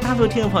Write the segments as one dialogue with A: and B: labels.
A: 大陆听众朋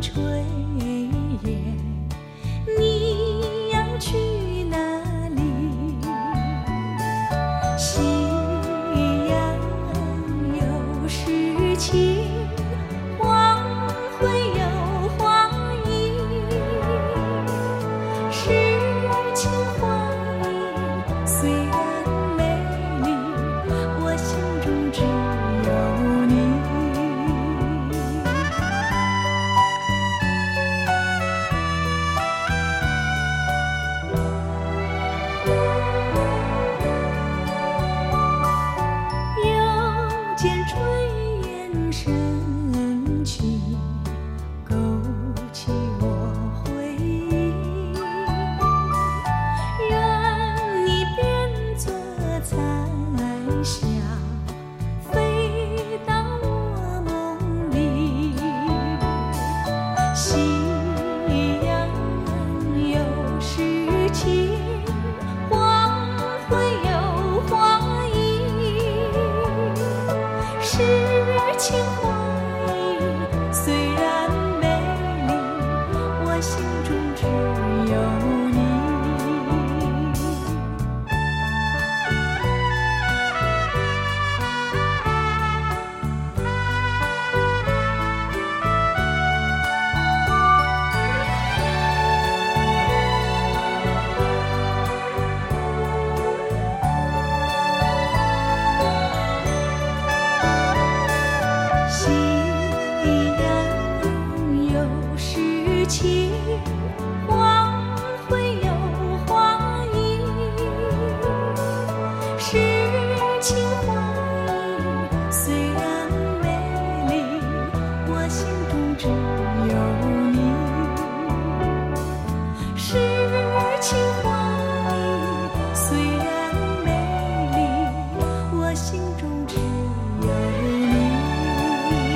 B: 炊烟，你要去哪里？我心中只有你。心依然拥有诗情，黄昏有黄莺，诗情画意虽然美丽，我心中只有你。诗情画意虽然美丽，我心中只有你。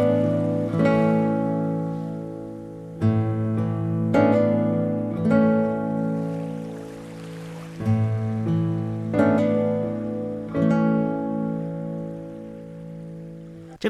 A: 这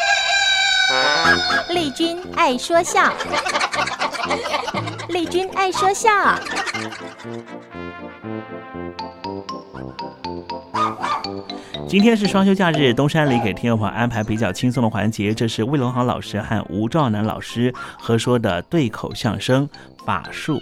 C: 丽君爱说笑，丽君爱说笑。
A: 今天是双休假日，东山里给听众朋友安排比较轻松的环节，这是魏龙豪老师和吴兆南老师合说的对口相声法术。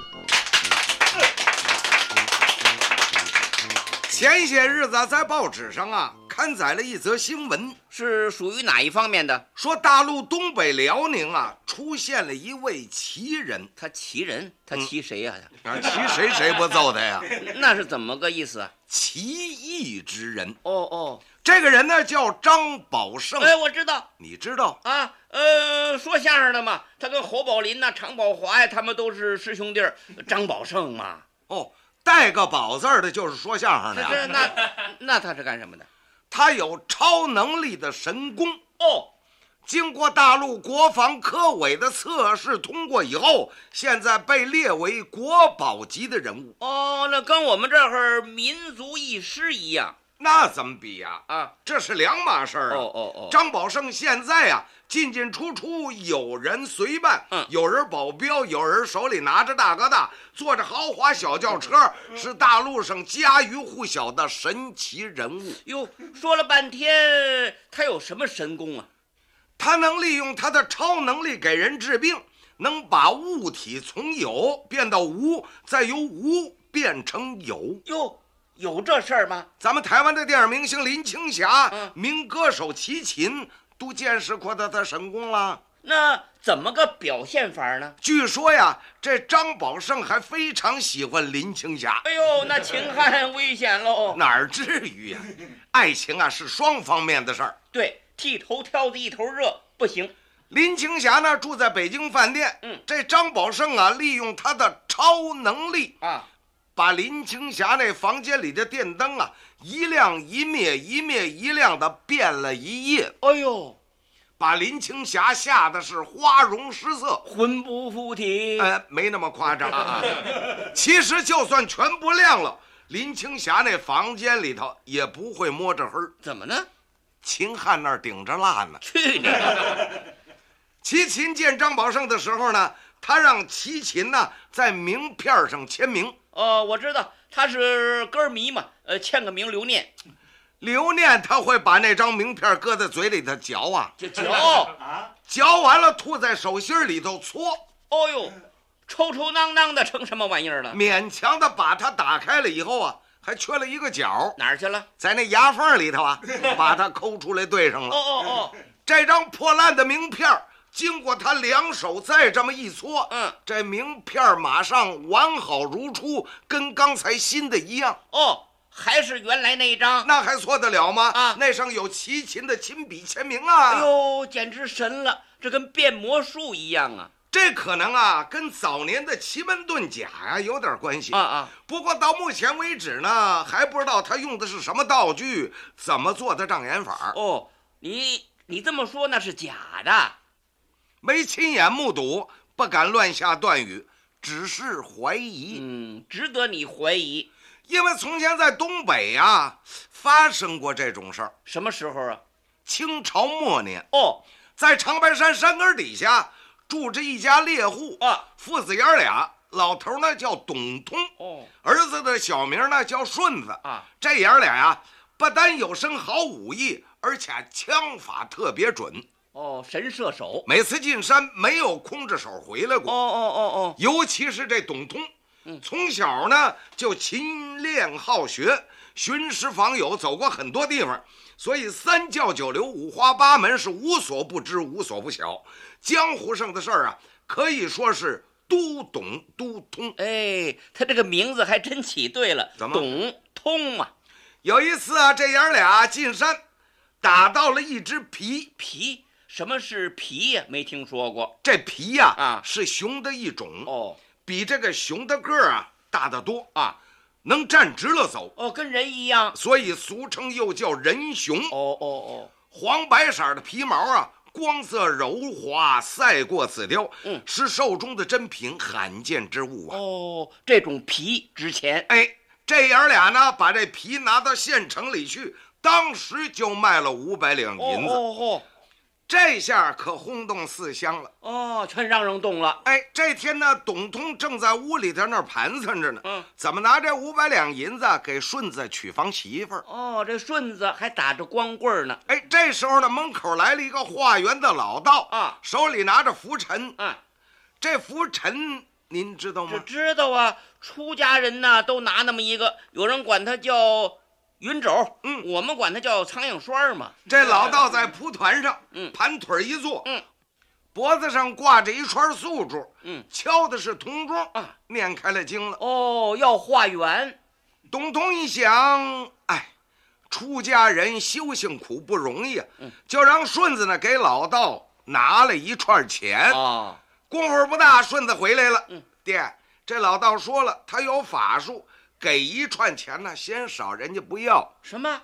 D: 前些日子在报纸上啊刊载了一则新闻，
E: 是属于哪一方面的？
D: 说大陆东北辽宁啊出现了一位奇人，
E: 他骑人，他骑谁呀、
D: 啊骑谁谁不揍他呀？
E: 那是怎么个意思啊？
D: 奇异之人。
E: 哦哦，
D: 这个人呢叫张宝胜，
E: 哎，我知道
D: 你知道？
E: 啊，呃，说相声的嘛，他跟侯宝林呐、常宝华呀，他们都是师兄弟儿。张宝胜嘛，
D: 哦，带个宝字儿的就是说相声的
E: 这
D: 呀。
E: 那 那他是干什么的？
D: 他有超能力的神功，
E: 哦，
D: 经过大陆国防科委的测试通过以后，现在被列为国宝级的人物。
E: 哦，那跟我们这儿民族一师一样
D: 那怎么比呀、
E: 啊。
D: 这是两码事儿啊！
E: 哦哦哦
D: 张宝胜现在啊，进进出出有人随伴，
E: 嗯
D: 有人保镖，有人手里拿着大哥大，坐着豪华小轿车，是大陆上家喻户晓的神奇人物。
E: 哟，说了半天，他有什么神功啊？
D: 他能利用他的超能力给人治病，能把物体从有变到无，再由无变成有。
E: 哟，有这事儿吗？
D: 咱们台湾的电影明星林青霞、
E: 嗯
D: 民歌手齐秦都见识过他的神功了。
E: 那怎么个表现法呢？
D: 据说呀，这张宝胜还非常喜欢林青霞，
E: 哎呦，那秦汉危险喽！
D: 哪儿至于呀？爱情啊是双方面的事儿。
E: 对，剃头挑子一头热，不行。
D: 林青霞呢住在北京饭店，
E: 嗯
D: 这张宝胜啊利用他的超能力
E: 啊，
D: 把林青霞那房间里的电灯啊一亮一灭一灭一亮的变了一夜，
E: 哎呦，
D: 把林青霞吓得是花容失色、
E: 魂不附体。
D: 呃，没那么夸张啊。其实就算全不亮了，林青霞那房间里头也不会摸着黑儿。
E: 怎么呢？
D: 秦汉那儿顶着蜡呢。
E: 去你的！
D: 齐秦见张宝胜的时候呢，他让齐秦呢在名片上签名。
E: 哦，我知道他是歌迷嘛，呃，签个名留念。
D: 留念他会把那张名片搁在嘴里头嚼 啊，
E: 就嚼啊，
D: 嚼完了吐在手心里头搓。
E: 哦呦，抽抽囔囔的成什么玩意儿了？
D: 勉强的把它打开了以后啊，还缺了一个角，
E: 哪儿去了？
D: 在那牙缝里头啊，把它抠出来对上了。
E: 哦哦哦，
D: 这张破烂的名片经过他两手再这么一搓，
E: 嗯，
D: 这名片马上完好如初，跟刚才新的一样。
E: 哦。还是原来那一张，
D: 那还错得了吗？
E: 啊，
D: 那上有齐秦的亲笔签名啊！
E: 哎呦，简直神了，这跟变魔术一样啊！
D: 这可能啊，跟早年的奇门遁甲啊有点关系
E: 啊啊！
D: 不过到目前为止呢，还不知道他用的是什么道具，怎么做的障眼法。
E: 哦，你你这么说那是假的，
D: 没亲眼目睹，不敢乱下断语，只是怀疑。
E: 嗯，值得你怀疑。
D: 因为从前在东北啊发生过这种事儿，
E: 什么时候啊？
D: 清朝末年
E: 哦，
D: 在长白山山根底下住着一家猎户
E: 啊，
D: 父子爷儿俩，老头呢叫董通，
E: 哦，
D: 儿子的小名呢叫顺子
E: 啊。
D: 这爷儿俩呀、不单有身好武艺，而且枪法特别准，
E: 哦，神射手。
D: 每次进山没有空着手回来
E: 哦
D: 过。
E: 哦哦哦，
D: 尤其是这董通，从小呢就勤练好学，寻师访友，走过很多地方，所以三教九流、五花八门是无所不知、无所不晓。江湖上的事儿啊，可以说是都懂都通。
E: 哎，他这个名字还真起对了，
D: 怎么
E: 懂通嘛？
D: 有一次啊，这爷儿俩进山，打到了一只皮。
E: 皮，什么是皮呀、没听说过。
D: 这皮呀、
E: 啊
D: 是熊的一种，
E: 哦
D: 比这个熊的个儿啊大得多，
E: 啊，
D: 能站直了走，
E: 哦，跟人一样。
D: 所以俗称又叫人熊。
E: 哦哦哦，
D: 黄白色的皮毛啊，光色柔滑，赛过紫貂，
E: 嗯
D: 是兽中的珍品，罕见之物啊。
E: 哦，这种皮值钱。
D: 哎，这爷儿俩呢，把这皮拿到县城里去，当时就卖了五百两银子，
E: 哦
D: 这下可轰动四乡了。
E: 哦哦，全让人动了。
D: 哎，这天呢，董通正在屋里头那儿盘算着呢，
E: 嗯
D: 怎么拿这五百两银子给顺子娶房媳妇儿。
E: 哦，这顺子还打着光棍儿呢。
D: 哎，这时候呢，门口来了一个化缘的老道
E: 啊
D: 手里拿着拂尘，
E: 啊，
D: 这拂尘您知道
E: 我
D: 吗？
E: 知道啊，出家人呐都拿那么一个，有人管它叫云肘，
D: 嗯
E: 我们管它叫苍蝇栓儿嘛。
D: 这老道在蒲团上，
E: 嗯
D: 盘腿一坐，
E: 嗯，
D: 脖子上挂着一串素珠，
E: 嗯，
D: 敲的是铜钟
E: 啊，
D: 念开了经了。
E: 哦，要化缘。
D: 董通一想，哎，出家人修行苦不容易啊，
E: 嗯
D: 就让顺子呢给老道拿了一串钱。
E: 啊，嗯
D: 功夫不大，顺子回来了，爹，这老道说了，他有法术，给一串钱呢，嫌少，人家不要。
E: 什么？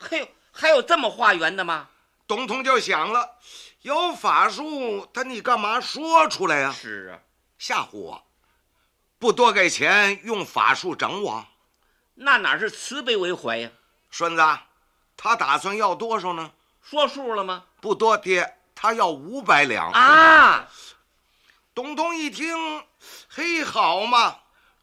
E: 嘿呦，还有这么化缘的吗？
D: 董通就想了，有法术，他你干嘛说出来呀、
E: 是啊，
D: 吓唬我，不多给钱，用法术整我。
E: 那哪是慈悲为怀呀、
D: 顺子，他打算要多少呢？
E: 说数了吗？
D: 不多，爹，他要五百两。
E: 啊，
D: 董通一听，嘿，好嘛，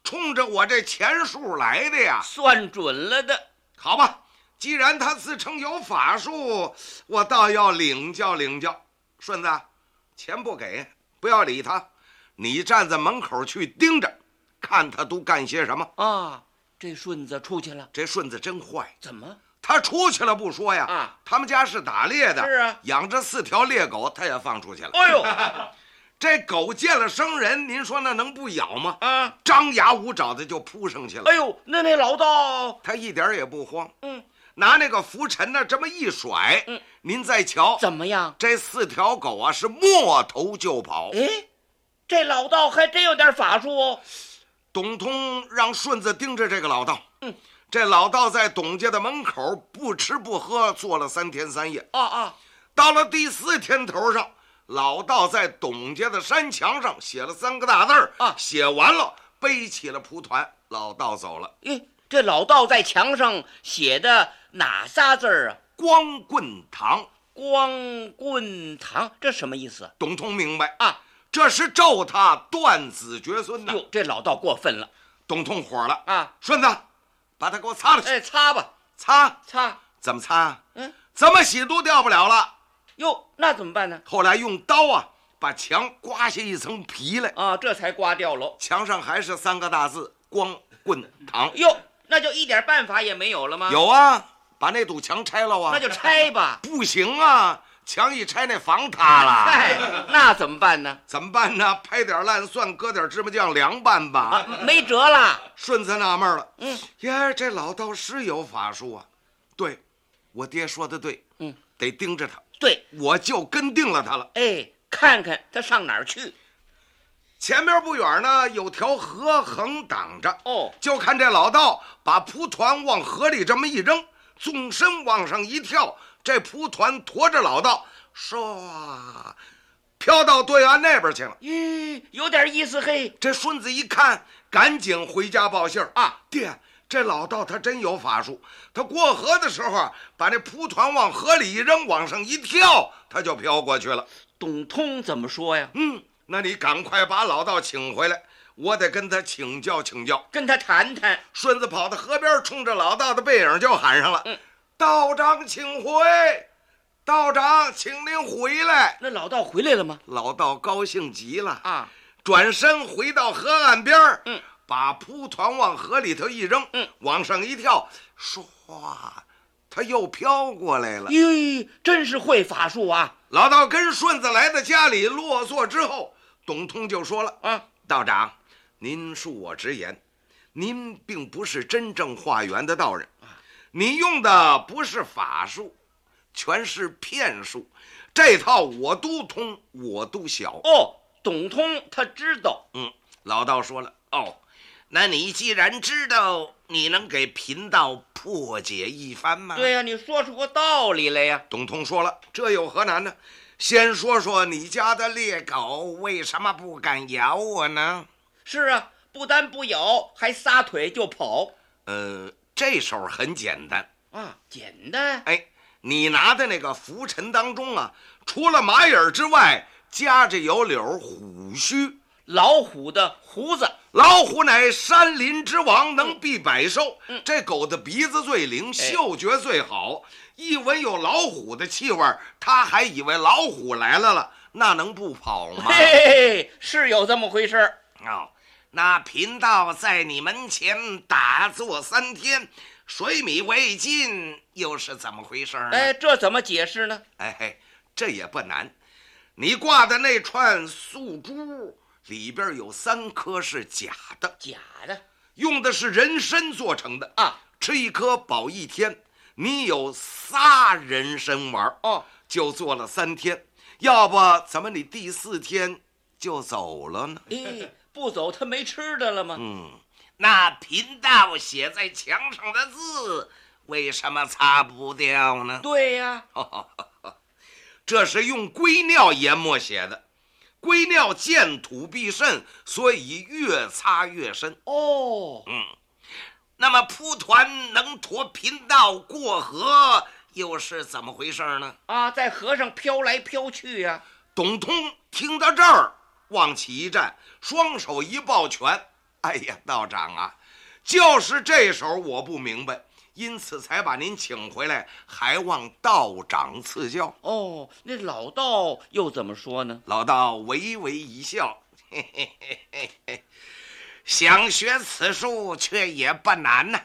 D: 冲着我这钱数来的呀。
E: 算准了的。
D: 好吧，既然他自称有法术，我倒要领教领教。顺子，钱不给，不要理他，你站在门口去盯着，看他都干些什么。
E: 啊，这顺子出去了，
D: 这顺子真坏，
E: 怎么？
D: 他出去了不说呀，
E: 啊，
D: 他们家是打猎的，
E: 是啊
D: 养着四条猎狗，他也放出去了。
E: 哎呦，
D: 这狗见了生人，您说那能不咬吗？
E: 啊，
D: 张牙舞爪的就扑上去了，
E: 哎呦，那那老道，
D: 他一点儿也不慌，
E: 嗯，
D: 拿那个拂尘呢这么一甩，
E: 嗯，
D: 您再瞧，
E: 怎么样？
D: 这四条狗啊是摸头就跑。
E: 哎，这老道还真有点法术哦。
D: 董通让顺子盯着这个老道。
E: 嗯，
D: 这老道在董家的门口不吃不喝，坐了三天三夜。
E: 啊啊，
D: 到了第四天头上，老道在董家的山墙上写了三个大字儿啊，写完了，背起了蒲团，老道走了。
E: 咦，这老道在墙上写的哪仨字儿啊？
D: 光棍堂，
E: 光棍堂，这什么意思？
D: 董通明白啊，这是咒他断子绝孙呐。
E: 哟，这老道过分了。
D: 董通火了
E: 啊，
D: 顺子，把他给我擦了去。
E: 哎，擦吧，
D: 擦
E: 擦，
D: 怎么擦？
E: 嗯，
D: 怎么洗都掉不了了。
E: 哟，那怎么办呢？
D: 后来用刀啊，把墙刮下一层皮来，
E: 啊，这才刮掉喽。
D: 墙上还是三个大字“光棍堂
E: 哟，那就一点办法也没有了吗”。？
D: 有啊，把那堵墙拆了啊。
E: 那就拆吧。
D: 不行啊，墙一拆那房塌了。
E: 哎，那怎么办呢？
D: 怎么办呢？拍点烂蒜，搁点芝麻酱，凉拌吧。
E: 啊没辙了。
D: 顺子纳闷了，哎
E: 嗯，
D: 呀，这老道是有法术啊。对，我爹说的对，
E: 嗯，
D: 得盯着他。
E: 对，
D: 我就跟定了他了。
E: 哎，看看他上哪儿去。
D: 前边不远呢，有条河横挡着。
E: 哦，
D: 就看这老道把蒲团往河里这么一扔，纵身往上一跳，这蒲团驮着老道，唰，飘到对岸那边去了。
E: 咦，有点意思嘿。
D: 这顺子一看，赶紧回家报信儿
E: 啊，
D: 爹，这老道他真有法术，他过河的时候啊把那蒲团往河里一扔，往上一跳，他就飘过去了。
E: 董通怎么说呀？
D: 嗯，那你赶快把老道请回来，我得跟他请教请教。
E: 跟他谈谈。
D: 顺子跑到河边，冲着老道的背影就喊上了：“
E: 嗯
D: 道长，请回！道长，请您回来
E: 那老道回来了吗！”？
D: 老道高兴极了，
E: 啊，
D: 转身回到河岸边儿
E: 嗯，
D: 把蒲团往河里头一扔，
E: 嗯
D: 往上一跳，唰，他又飘过来了。
E: 咦，真是会法术啊！
D: 老道跟顺子来到家里落座之后，董通就说了：“
E: 啊，
D: 道长，您恕我直言，您并不是真正化缘的道人，你用的不是法术，全是骗术。这套我都通，我都晓。
E: 哦，董通他知道。
D: 嗯，老道说了，哦，那你既然知道，你能给贫道破解一番吗？
E: 对呀、你说出个道理来呀、
D: 董通说了：“这有何难呢？先说说你家的猎狗为什么不敢咬我呢？
E: 是啊，不单不咬，还撒腿就跑
D: 呃，这手很简单。
E: 啊，简单。
D: 哎，你拿的那个拂尘当中啊，除了马眼儿之外，夹着有柳虎须。
E: 老虎的胡子，嗯
D: 老虎乃山林之王，能避百兽。这狗的鼻子最灵，
E: 哎
D: 嗅觉最好，一闻有老虎的气味儿，它还以为老虎来了了，那能不跑吗？”
E: 嘿嘿嘿，是有这么回事儿。
D: 哦，那贫道在你门前打坐三天，水米未进，又是怎么回事儿呢？
E: 哎，这怎么解释呢？
D: 哎嘿，这也不难。你挂的那串素珠里边有三颗是假的，
E: 假的
D: 用的是人参做成的，
E: 啊！
D: 吃一颗保一天。你有仨人参丸儿
E: 哦，
D: 就做了三天，要不怎么你第四天就走了呢？
E: 哎，不走他没吃的了吗？
D: 嗯，那贫道写在墙上的字为什么擦不掉呢？
E: 对呀、
D: 这是用龟尿研墨写的，龟尿见土必渗，所以越擦越深。
E: 哦，
D: 那么蒲团能驮贫道过河，又是怎么回事呢？
E: 啊，在河上飘来飘去呀、
D: 董通听到这儿，往起一站，双手一抱拳：“哎呀，道长啊，就是这手我不明白，因此才把您请回来，还望道长赐教。
E: 哦，那老道又怎么说呢”？
D: 老道微微一笑：“嘿嘿嘿嘿嘿，想学此术却也不难呐、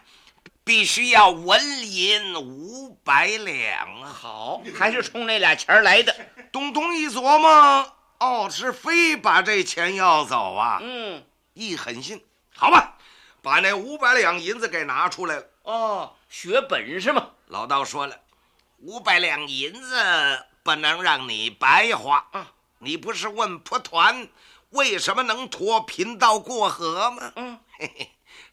D: 必须要文银五百两啊。”
E: 好，还是冲那俩钱儿来的。
D: 董通一琢磨，哦，是非把这钱要走啊。
E: 嗯，
D: 一狠心，好吧，把那五百两银子给拿出来了。
E: 哦，学本事嘛。
D: 老道说了，五百两银子不能让你白花
E: 啊！
D: 你不是问蒲团为什么能驮贫道过河吗？
E: 嗯，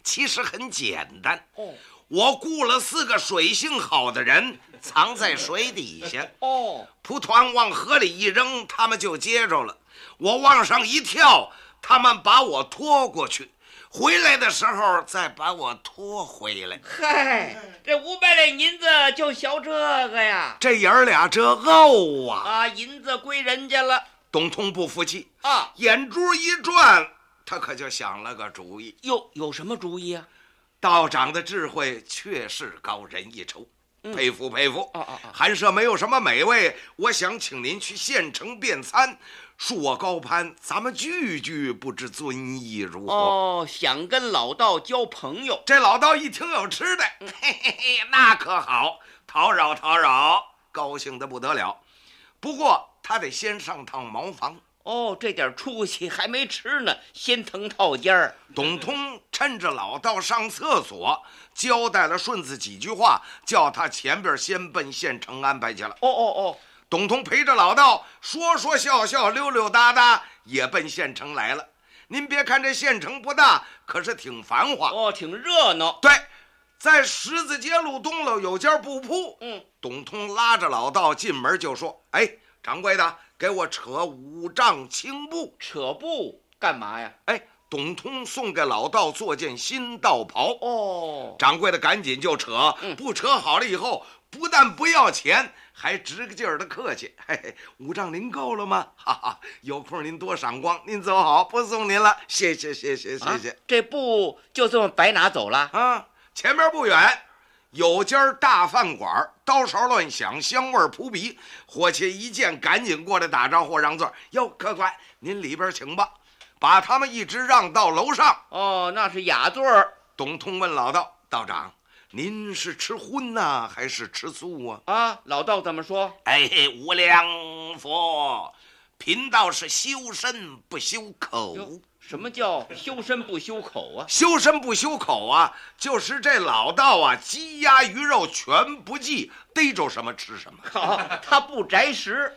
D: 其实很简单，
E: 哦，
D: 我雇了四个水性好的人，藏在水底下。哦，蒲团往河里一扔，他们就接着了。我往上一跳，他们把我拖过去，回来的时候再把我拖回来。
E: 嗨，这五百两银子就小这个呀！
D: 这爷儿俩这傲啊！
E: 啊，银子归人家了。
D: 董通不服气
E: 啊，
D: 眼珠一转，他可就想了个主意。
E: 哟，有什么主意啊？
D: 道长的智慧确是高人一筹，
E: 嗯
D: 佩服佩服。
E: 啊啊啊！
D: 寒舍没有什么美味，我想请您去县城便餐。恕我高攀，咱们聚聚，不知尊意如何？
E: 哦，想跟老道交朋友。
D: 这老道一听有吃的，嘿嘿嘿，那可好，讨扰讨扰，高兴的不得了。不过他得先上趟茅房。
E: 哦，这点出息还没吃呢，先腾套间儿。
D: 董通趁着老道上厕所，交代了顺子几句话，叫他前边先奔县城安排去了。
E: 哦哦哦，
D: 董通陪着老道说说笑笑，溜溜达达也奔县城来了。您别看这县城不大，可是挺繁华
E: 哦，挺热闹。
D: 对，在十字街路东头有家布铺，
E: 嗯，
D: 董通拉着老道进门就说：“哎，掌柜的，给我扯五丈青布。”
E: 扯布干嘛呀？
D: 哎，董通送给老道做件新道袍。
E: 哦，
D: 掌柜的赶紧就扯，不扯好了以后，不但不要钱，还直个劲儿的客气。嘿嘿，五丈您够了吗？哈哈，有空您多赏光，您走好，不送您了，谢谢谢谢谢谢
E: 啊。这布就这么白拿走了？
D: 啊，前面不远有家大饭馆，刀勺乱响，香味儿扑鼻。伙计一见，赶紧过来打招呼让座。哟，客官，您里边请吧。把他们一直让到楼上。
E: 哦，那是雅座儿
D: 董通问老道：“道长，您是吃荤呐、还是吃素啊
E: 啊。老道怎么说？？”
D: 哎，无量佛，贫道是修身不修口
E: 哟。什么叫修身不修口啊？
D: 修身不修口啊，就是这老道啊，鸡鸭鱼肉全不忌，逮着什么吃什么。
E: 好，他不宅食。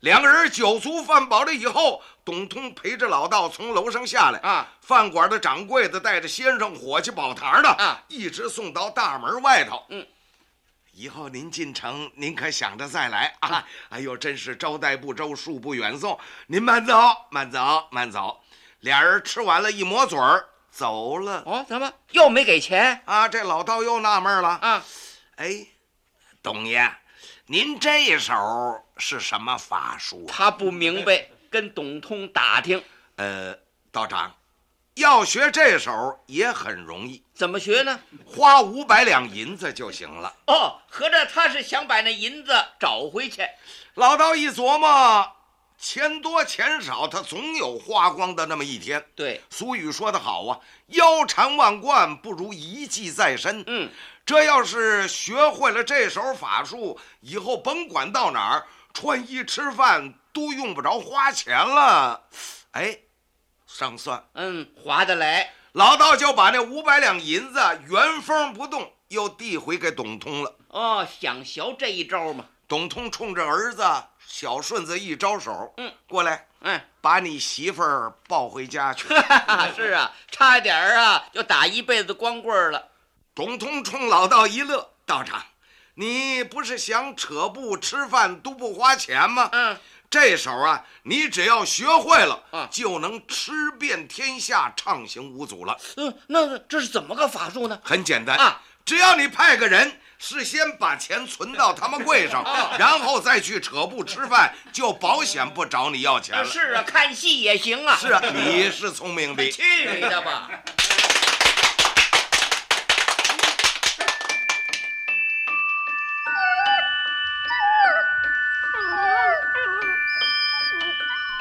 D: 两个人酒足饭饱了以后，董通陪着老道从楼上下来
E: 啊，
D: 饭馆的掌柜的带着先生、伙计、保堂的
E: 啊，
D: 一直送到大门外头。
E: 嗯，
D: 以后您进城，您可想着再来啊！哎呦，真是招待不周，恕不远送。您慢走，慢走，慢走。俩人吃完了一抹嘴儿走了。
E: 哦，怎么又没给钱
D: 啊，这老道又纳闷了。
E: 啊？
D: 哎，董爷，您这手是什么法术啊？
E: 他不明白，跟董通打听
D: 呃，道长，要学这手也很容易，
E: 怎么学呢？
D: 花五百两银子就行了。
E: 哦，合着他是想把那银子找回去。
D: 老道一琢磨，钱多钱少，他总有花光的那么一天。
E: 对，
D: 俗语说得好啊，腰缠万贯不如一技在身。
E: 嗯，
D: 这要是学会了这手法术，以后甭管到哪儿，穿衣吃饭都用不着花钱了。哎，上算。
E: 嗯，划得来。
D: 老道就把那五百两银子原封不动又递回给董通了。
E: 哦，想学这一招嘛？
D: 董通冲着儿子小顺子一招手，
E: 嗯，
D: 过来，
E: 哎，
D: 把你媳妇儿抱回家去。
E: 是啊，差点儿啊，就打一辈子光棍儿了。
D: 董通冲老道一乐，道长，你不是想扯布吃饭都不花钱吗？
E: 嗯，
D: 这手啊，你只要学会了，
E: 嗯
D: 就能吃遍天下，畅行无阻了。
E: 嗯，那这是怎么个法术呢？
D: 很简单
E: 啊，
D: 只要你派个人事先把钱存到他们柜上，然后再去扯布吃饭，就保险不找你要钱了。
E: 是啊，看戏也行啊。
D: 是啊，你是聪明的。
E: 去你的吧！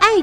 F: 爱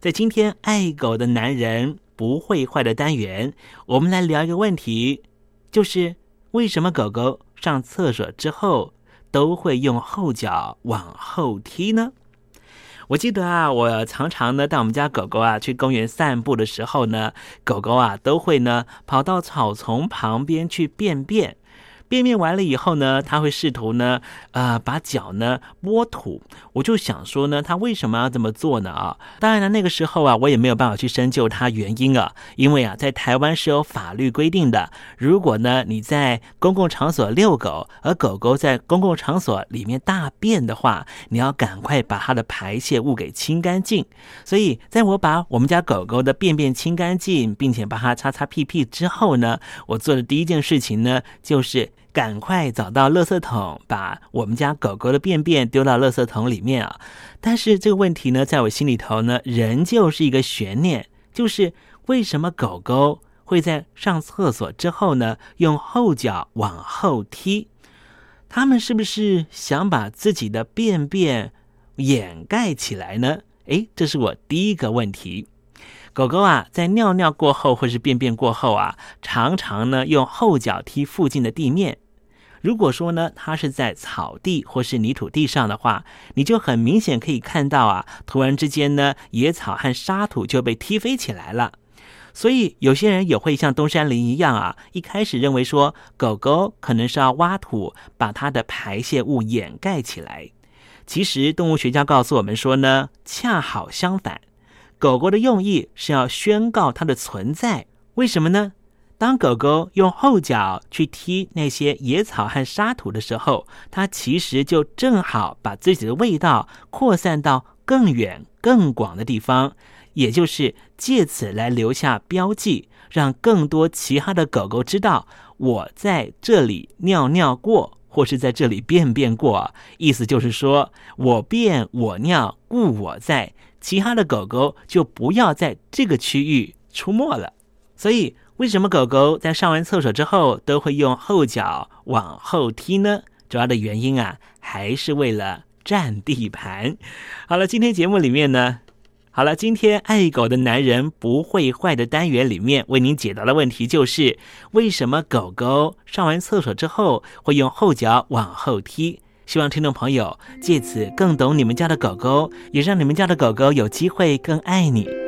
A: 在今天爱狗的男人不会坏的单元，我们来聊一个问题，就是为什么狗狗上厕所之后都会用后脚往后踢呢？我记得啊，我常常呢带我们家狗狗啊去公园散步的时候呢，狗狗啊都会呢跑到草丛旁边去便便。便便完了以后呢，它会试图呢，呃，把脚呢拨土。我就想说呢，它为什么要这么做呢？啊，当然了，那个时候啊，我也没有办法去深究它原因啊，因为啊，在台湾是有法律规定的，如果呢你在公共场所遛狗，而狗狗在公共场所里面大便的话，你要赶快把它的排泄物给清干净。所以，在我把我们家狗狗的便便清干净，并且把它擦擦屁屁之后呢，我做的第一件事情呢，就是赶快找到垃圾桶，把我们家狗狗的便便丢到垃圾桶里面啊。但是这个问题呢，在我心里头呢，仍旧是一个悬念，就是为什么狗狗会在上厕所之后呢，用后脚往后踢？他们是不是想把自己的便便掩盖起来呢？诶，这是我第一个问题。狗狗啊，在尿尿过后或是便便过后啊，常常呢用后脚踢附近的地面。如果说呢，它是在草地或是泥土地上的话，你就很明显可以看到啊，突然之间呢，野草和沙土就被踢飞起来了。所以有些人也会像东山林一样啊，一开始认为说狗狗可能是要挖土，把它的排泄物掩盖起来。其实动物学家告诉我们说呢，恰好相反，狗狗的用意是要宣告它的存在。为什么呢？当狗狗用后脚去踢那些野草和沙土的时候，它其实就正好把自己的味道扩散到更远、更广的地方，也就是借此来留下标记，让更多其他的狗狗知道我在这里尿尿过，或是在这里便便过。意思就是说，我便我尿，故我在，其他的狗狗就不要在这个区域出没了。所以，为什么狗狗在上完厕所之后都会用后脚往后踢呢？主要的原因啊，还是为了占地盘。好了，今天节目里面呢，好了，今天爱狗的男人不会坏的单元里面为您解答的问题就是：为什么狗狗上完厕所之后会用后脚往后踢？希望听众朋友借此更懂你们家的狗狗，也让你们家的狗狗有机会更爱你。